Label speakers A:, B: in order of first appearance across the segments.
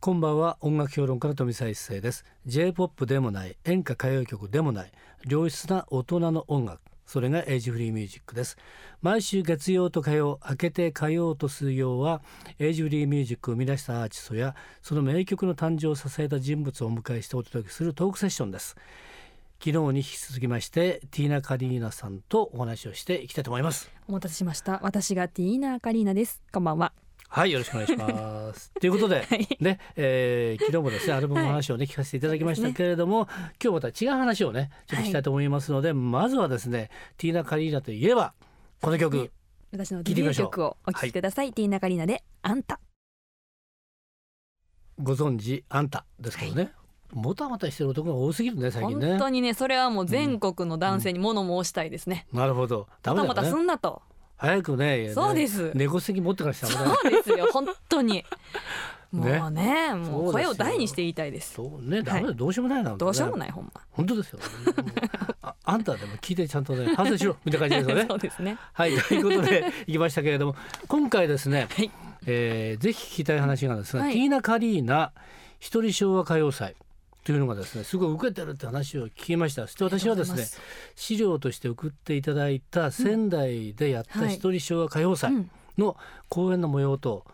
A: こんばんは音楽評論家の富澤一世です J-POP でもない演歌歌謡曲でもない良質な大人の音楽それがエイジフリーミュージックです毎週月曜と火曜明けて火曜と水曜はエイジフリーミュージックを生み出したアーティストやその名曲の誕生を支えた人物をお迎えしてお届けするトークセッションです昨日に引き続きましてティーナ・カリーナさんとお話をしていきたいと思います
B: お待たせしました私がティーナアカリーナですこんばんは
A: はいよろしくお願いします ということで、
B: い
A: ね、えー昨日もですねアルバムの話をね、聞かせていただきましたけれども、今日また違う話をねちょっとしたいと思いますので、まずはですねティーナ・カリーナといえばこの曲、
B: 私
A: 聞
B: の
A: い
B: デ
A: てみ
B: ビュ
A: ま
B: ー
A: しょう
B: 曲をお聴きください、ティーナアカリーナであんた
A: ご存知あんたですけどね、もたもたしてる男が多すぎるね最近
B: 本
A: ね
B: 当にねそれはもう全国の男性に物申したいですね、
A: なるほどダメだ
B: またまた
A: よ
B: す
A: ね
B: んなと、
A: 早くね
B: そうですす、
A: 猫席持ってからしたもんね
B: そうですよ本当にも う
A: ね
B: ねもう声を大にして言いたいです
A: そうねダメだよどうしようもないな、
B: どうしようも
A: ない
B: ないほんま
A: 本当ですよああんたでも聞いてちゃんとね反省しろみたいな感じですよね
B: そうですね
A: はいということ で行きましたけれども今回ですね、
B: はい
A: えーぜひ聞きたい話がですが、
B: はい
A: ティーナ・カリーナ一人昭和歌謡祭というのがですねすごい受けてるって話を聞きましたそして私はですね資料として送っていただいた仙台でやった
B: はい
A: 一人昭和歌謡
B: あり
A: 祭
B: がとうございます
A: の公演の模様と、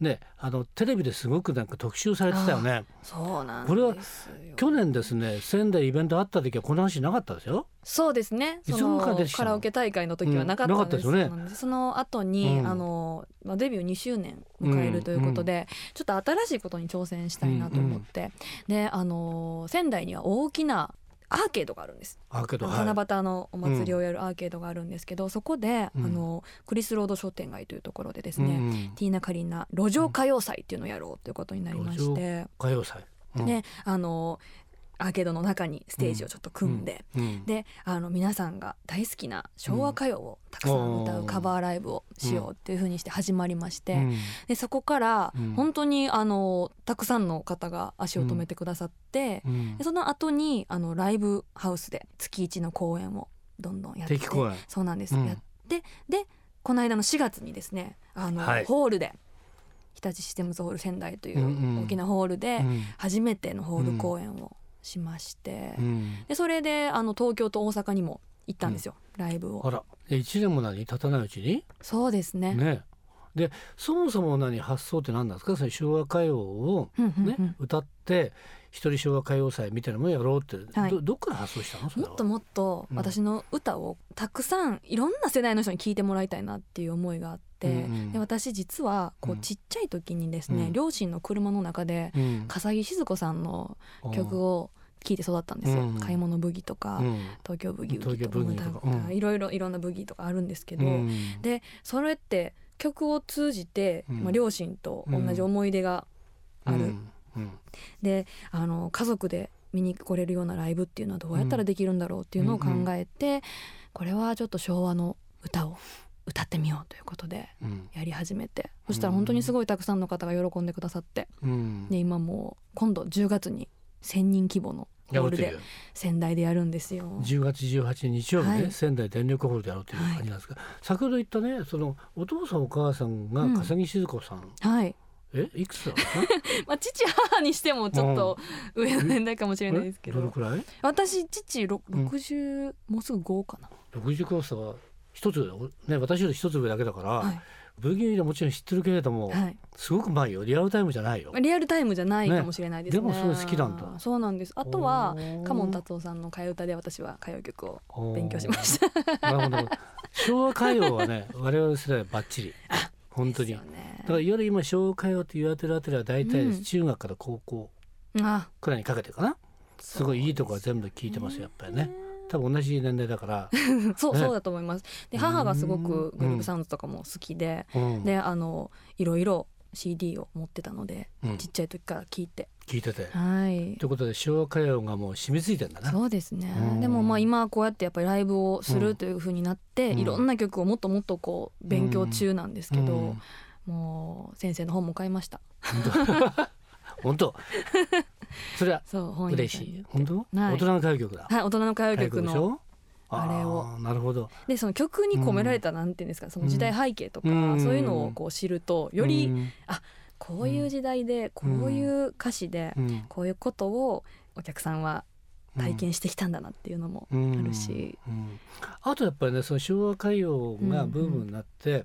A: ね、あのテレビですごくなんか特集されてたよね
B: うん、そうなん
A: これは
B: ですよ
A: 去年ですね仙台イベントあった時はこの話なかったですよ。
B: そうですね。
A: いつ
B: そ
A: 頃から
B: の
A: 出てきた
B: カ
A: の
B: ラオケ大会の時はなかった
A: うんなんかった
B: で
A: です
B: す,、
A: よ
B: よ
A: ね
B: ね。その後に、
A: うん
B: あのまあデビュー2周年迎えるということで、ちょっと新しいことに挑戦したいなと思って、であの仙台には大きなアーケードがあるんです。
A: あけど、はい
B: 七夕のお祭りをやるアーケードがあるんですけど、そこで、
A: うん
B: あのクリスロード商店街というところでです
A: うん
B: ね、
A: うん
B: ティーナカリーナ路上歌謡祭っていうのをやろうということになりま
A: 路
B: して、
A: 歌謡祭。うん
B: ねあのアーケードの中にステージをちょっと組んで、
A: うん
B: であの皆さんが大好きな昭和歌謡をたくさん歌
A: おー
B: うカバーライブをしようっていう風にして始まりまして、
A: うん
B: でそこから
A: うん
B: 本当にあのたくさんの方が足を止めてくださって、
A: うん
B: でその後にあのライブハウスで月一の公演をどんどんやって
A: 定期公演
B: そうなんです、
A: うん
B: やってでこの間の4月にですねあの、
A: はい
B: ホールで日立システムズホール仙台とい
A: うんうん
B: う大きなホールで
A: うん
B: 初めてのホール公演をしまして。
A: うん
B: でそれであの東京と大阪にも行ったんですよ、ライブ
A: あ
B: を
A: らえ一年も何経たないうちに
B: そうですね
A: ねでそもそも何発想って何なんですかその昭和歌謡を、
B: うんうんう
A: ね
B: ん
A: 歌って一人昭和歌謡祭みたいなものやろうって、
B: はい
A: どどっから発想したのそれ
B: も
A: は
B: っともっと
A: うん
B: 私の歌をたくさんいろんな世代の人に聴いてもらいたいなっていう思いがあって、
A: うんうん
B: で私実はこ
A: う
B: うんちっちゃい時にですね、
A: うん
B: 両親の車の中で
A: うん
B: 笠置静子さんの曲を聴いて育ったんですよ「
A: うん
B: 買い物ブギ」とか、
A: うん
B: 東京ブギウギ」とか
A: 東京ブギとかうん
B: いろいろいろんなブギとかあるんですけ
A: う
B: ど、
A: ん
B: でそれって曲を通じて、
A: うん
B: まあ、両親と同じ思い出がある
A: うんうん
B: であの家族で見に来れるようなライブっていうのはどうやったらできるんだろうっていうのを考えて、これはちょっと昭和の歌を歌ってみようということで
A: うん
B: やり始めてそしたら本当にすごいたくさんの方が喜んでくださって
A: うん
B: で今もう今度10月に1,000人規模のホール
A: や
B: で
A: ろうと
B: 仙台でやるんですよ。
A: いう10月18日曜日ね、
B: はい
A: 仙台電力ホールでやろうという感じなんですが、先ほど言ったねそのお父さんお母さんが笠木静子さん、
B: はい、
A: えいく つだろう
B: まあ、父母にしてもちょっと上の年代かもしれな
A: な
B: いですけ
A: えどれ
B: ど
A: くらい
B: 私父ろ
A: うん
B: 60、もうすぐ5かな、
A: 六十コースは一つね私より一つ上だけだから、
B: はい
A: ブギウギはもちろん知ってるけれども、
B: はい、
A: すごく前よリアルタイムじゃないよ。
B: リアルタイムじゃないかもしれないですね
A: ねでもそれ好きなんだ
B: そうなんですあとは
A: おー
B: カモン達夫さんの替え歌で私は歌謡曲を勉強しました
A: た。なるほど。昭和歌謡はね我々世代はバッチリ本当に。
B: で
A: だ
B: すよ
A: からいわゆる今昭和歌謡って言われてるあたりは大
B: う
A: 体
B: ん
A: 中学から高校
B: ねあ
A: くらいにかけてかな、すごいいいとこは全部聞いてますよやっぱりね多分同じ年代だから、
B: そう
A: ね
B: そうだと思いますで母がすごくグループサウンドとかも好きで、
A: うん
B: であのいろいろ CD を持ってたので
A: うん
B: ちっちゃい時から聞いて
A: 聞いてて。
B: はい
A: ということで昭和歌謡がもう染みついてんだな。
B: そうですね
A: うん
B: でもまあ今こうやってやっぱりライブをするというふうになって、
A: うん
B: いろんな曲をもっともっとこう勉強中なんですけど、
A: うん
B: もう先生の本も買いました
A: 本当それは
B: そう本屋
A: 嬉
B: さ
A: し
B: んに
A: い本当、
B: はい
A: 大人の歌謡曲だ
B: はい、大人の歌謡
A: 歌
B: 曲の
A: でしょあー
B: あれを
A: なるほど
B: でその曲に込められたなんていうんですか、その時代背景とか、
A: うん
B: そういうのをこう知るとより、
A: うん
B: あこういう時代でこういう歌詞で
A: うん
B: こういうことをお客さんは体験してきたんだなっていうのもあるし、
A: うんうんあとやっぱりねその昭和歌謡がブームになって、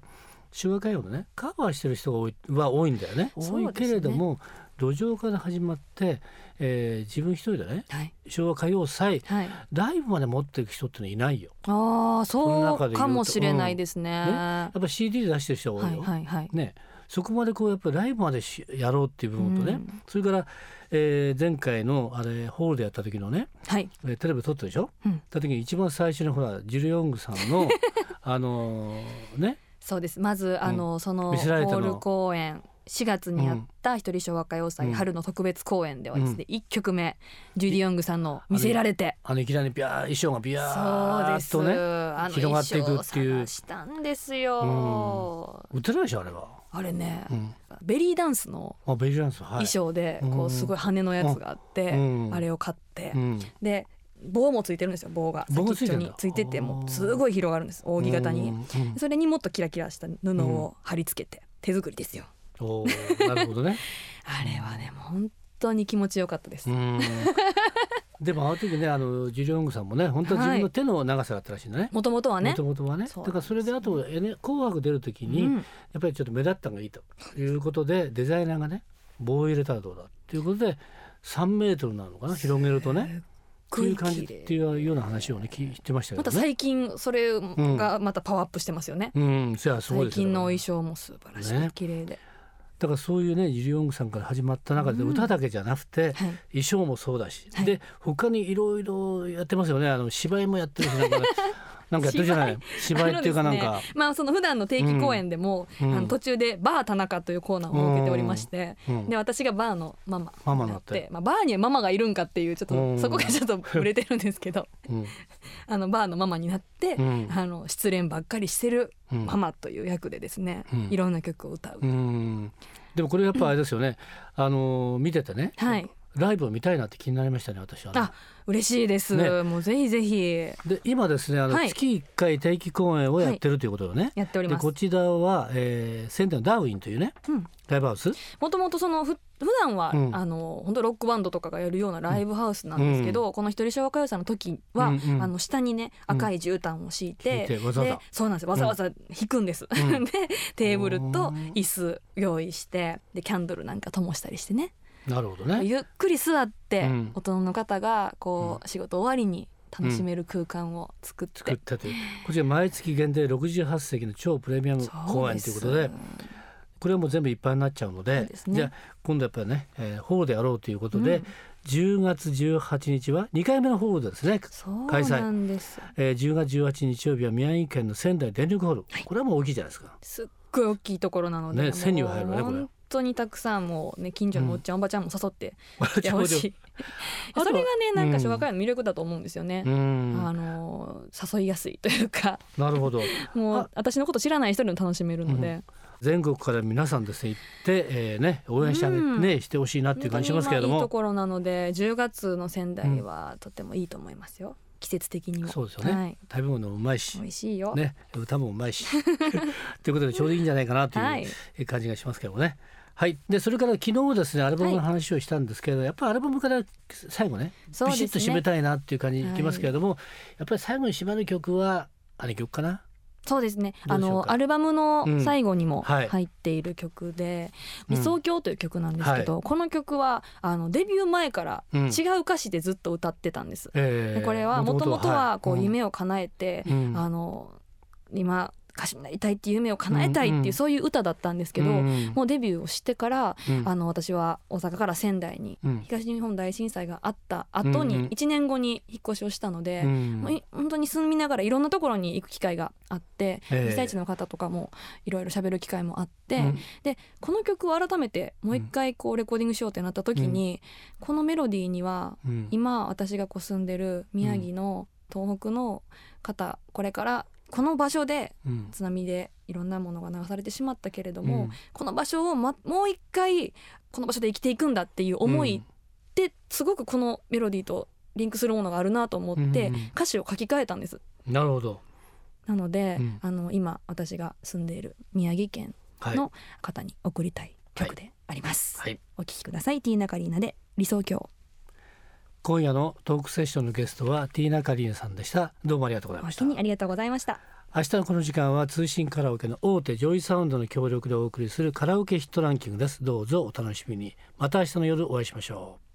A: 昭和歌謡のねカバーしてる人が多いは多いんだよね
B: そ
A: 多
B: う
A: い
B: で
A: け
B: すね
A: れども、土壌から始まって、えー自分一人でね
B: はい
A: 昭和歌謡祭
B: はい
A: ライブまで持っていく人ってのはいないよ
B: ああ
A: の中
B: そ
A: で
B: う
A: 言うと
B: かもしれないですね。
A: やっぱ CD で出してる人が多
B: はいい
A: よ、
B: はいはい。
A: ねそこまでこうやっぱりライブまでしやろうっていう部分とね、
B: うん
A: それから、えー前回のあれホールでやった時のね
B: はい
A: えーテレビ撮ったでしょ、
B: うん
A: た時に一番最初にほらジル・ヨングさん のあのーね
B: そうですまずあの、そのホ
A: 見せられたの
B: ール公演4月にやった一人小和歌謡祭、
A: うん
B: 春の特別公演ではですね、一1曲目ジュディ・ヨングさんの「見せられて
A: あのいきなりビャー衣装がビ」ャ
B: そう
A: ー
B: で
A: っ
B: す、
A: とね
B: あの
A: 広がっていくっていう
B: 衣装を探したんですよ、
A: 売ってないでしょあれは、
B: あれね、
A: うん、
B: ベリーダンスの
A: あベイジランスはい
B: 衣装で、
A: はい
B: こ
A: うん
B: うすごい羽のやつがあって、
A: うん
B: あれを買って、
A: うん
B: で棒もついてるんですよ棒が
A: 棒が
B: 先っちょに
A: つ
B: つ
A: い
B: い
A: て
B: て
A: んだ
B: てもうすごい広がるんです扇形に。
A: うんうん
B: それにもっとキラキラした布を貼り付けて、手作りですよ
A: おーなるほどね
B: あれはねもう本当に気持ちよかったです、
A: うんでもあの時ねあのジュリオングさんもね本当は自分の手の長さだったらしいんだね、
B: もともとはね
A: もともとはね
B: そう
A: だからそれであと、N、紅白出る時に、
B: うん
A: やっぱりちょっと目立ったのがいいということでデザイナーがね棒を入れたらどうだっていうことで3メートルなのかな広げるとねっていう感じっていうような話をね聞いてました
B: ま
A: け
B: た
A: どね。
B: 最近それがまたパワーアップしてますよね、
A: うん、そやすごいで
B: 最
A: すよ
B: 近のお衣装も素晴らし
A: ね
B: い綺麗で、
A: だからそういうねジュリオングさんから始まった中で
B: うん
A: 歌だけじゃなくて、
B: はい
A: 衣装もそうだし、
B: はい
A: で他にいろいろやってますよねあの芝居もやってるしなんかなんかやってるじゃ ない芝居っていうかなん
B: あの
A: か
B: で。すねまあその普段の定期公演でも、
A: うん
B: あの途中でバー田中というコーナーを設けておりまして、
A: うん
B: で私がバーのママ
A: ママ
B: に
A: にな
B: なっ
A: って
B: てまあ、バーにはママがいるんかっていうちょっと、
A: うん
B: そこがちょっと売れてるんですけど
A: うん
B: あのバーのママになって、
A: うん
B: あの失恋ばっかりしてる
A: うん
B: ママという役でですね、
A: うん
B: いろんな曲を歌う、
A: うんでもこれやっぱあれですよね、あのー見ててね、
B: はい
A: ライブを見たいなって気になりましたね私はね、
B: あ嬉しいです、
A: ね
B: もうぜひぜひ
A: で今ですねあの
B: はい
A: 月1回定期公演をやってるということをね、
B: やっており
A: で
B: ます
A: こちらは、えー、仙台のダーウィンというね、
B: うん
A: ライブハウス、
B: もともとそのふ普段は、
A: うん
B: あの本当ロックバンドとかがやるようなライブハウスなんですけど、この一人小和歌謡さんの時は、
A: うんうん
B: あの下にね赤い絨毯を敷い
A: 敷い
B: て,で、
A: てわざわざ
B: そうなんですよわざわざ引くんです、
A: うん
B: でテーブル
A: う
B: と
A: ん
B: 椅子用意してでキャンドルなんか灯したりしてね
A: なるほどね
B: ゆっくり座って、
A: うん
B: 大人の方がこう、仕事終わりに楽しめる空間を作って、
A: 作ったというこちら毎月限定68席の超プレミアム公演ということで
B: そうす
A: これはもう全部いっぱいになっちゃうので
B: そうですね
A: じゃあ今度やっぱりね、えーホールでやろうということで、
B: うん
A: 10月18日は2回目のホールですね
B: そう
A: 開催
B: なんです
A: えー10月18日曜日は宮城県の仙台電力ホール、これはもう大きいじゃないですか。
B: すっごい大きいところなので、
A: ね
B: もう
A: 1000人は入るねこれ
B: 本当にたくさんもうね近所のおっちゃん、おばちゃんも誘って やってほしい
A: あとは
B: それがねなん
A: う
B: か
A: ん
B: 小学館の魅力だと思うんですよね
A: う、ん
B: あのー誘いやすいというか
A: なるほど
B: も
A: あ
B: う私のこと知らない人でも楽しめるので、
A: 全国から皆さんですね行って、えーね、応援してあげ、
B: うん
A: ねしてほしいなっていう
B: 本当
A: 感
B: に
A: じしますけれど
B: 今いい
A: も
B: ところなので10月の仙台はとてもいいと思いますよ季節的にも
A: そうですよね、
B: はい、
A: 食べ物もうまいし
B: 美、味しいよ、
A: ね、歌もうまいしということでちょうどいいんじゃないかなと
B: はいいう
A: 感じがしますけどもね。はい、でそれから昨日ですねアルバムの話をしたんですけれど、やっぱりアルバムから最後ね
B: そう
A: ビ
B: です
A: シッと
B: ね
A: 締めたいなっていう感じにいきますけれども、やっぱり最後に締まる曲はあれ曲かな
B: そうですね
A: どう
B: あ
A: でしょうか
B: のアルバムの
A: うん
B: 最後にも
A: はい
B: 入っている曲で「
A: うん
B: 理想郷」という曲なんですけど、この曲はあのデビュー前から
A: うん
B: 違う歌詞でずっと歌ってたんです。
A: え
B: で
A: ー
B: これはもともとはこ
A: いううん
B: 夢を叶えて、
A: うん
B: あの今歌手になりたいっていう夢を叶えたいって
A: うんう
B: い
A: ん
B: うそういう歌だったんですけど、
A: うん
B: もうデビューをしてから、
A: うん
B: あの私は大阪から仙台に
A: うん
B: 東日本大震災があった後
A: うんうん
B: に1年後に引っ越しをしたので、
A: うん
B: もうい本当に住みながらいろんなところに行く機会があって、
A: ええ
B: 被災地の方とかもいろいろ喋る機会もあって、
A: うん
B: でこの曲を改めてもう一回こうレコーディングしようってなった時に、このメロディーには
A: うん
B: 今私がこう住んでる宮城の東北の方これからこの場所で
A: うん
B: 津波でいろんなものが流されてしまったけれども、
A: うん
B: この場所を、ま、もう一回この場所で生きていくんだっていう思いってすごくこのメロディーとリンクするものがあるなと思って
A: うんうん
B: 歌詞を書き換えたんです。
A: うんなるほど、
B: なので、
A: うん
B: あの今私が住んでいる宮城県
A: はい
B: の方に送りたい曲でああります、
A: はい
B: お聞きくださいティーナカリーナで理想郷
A: 今夜のトークセッションのゲストはティーナカリーナさんでしたどうもありがとうござい
B: お
A: ま
B: 聞
A: し
B: き
A: た
B: にありがとうございました
A: 明日のこの時間は通信カラオケの大手ジョイサウンドの協力でお送りするカラオケヒットランキングですどうぞお楽しみにまた明日の夜お会いしましょう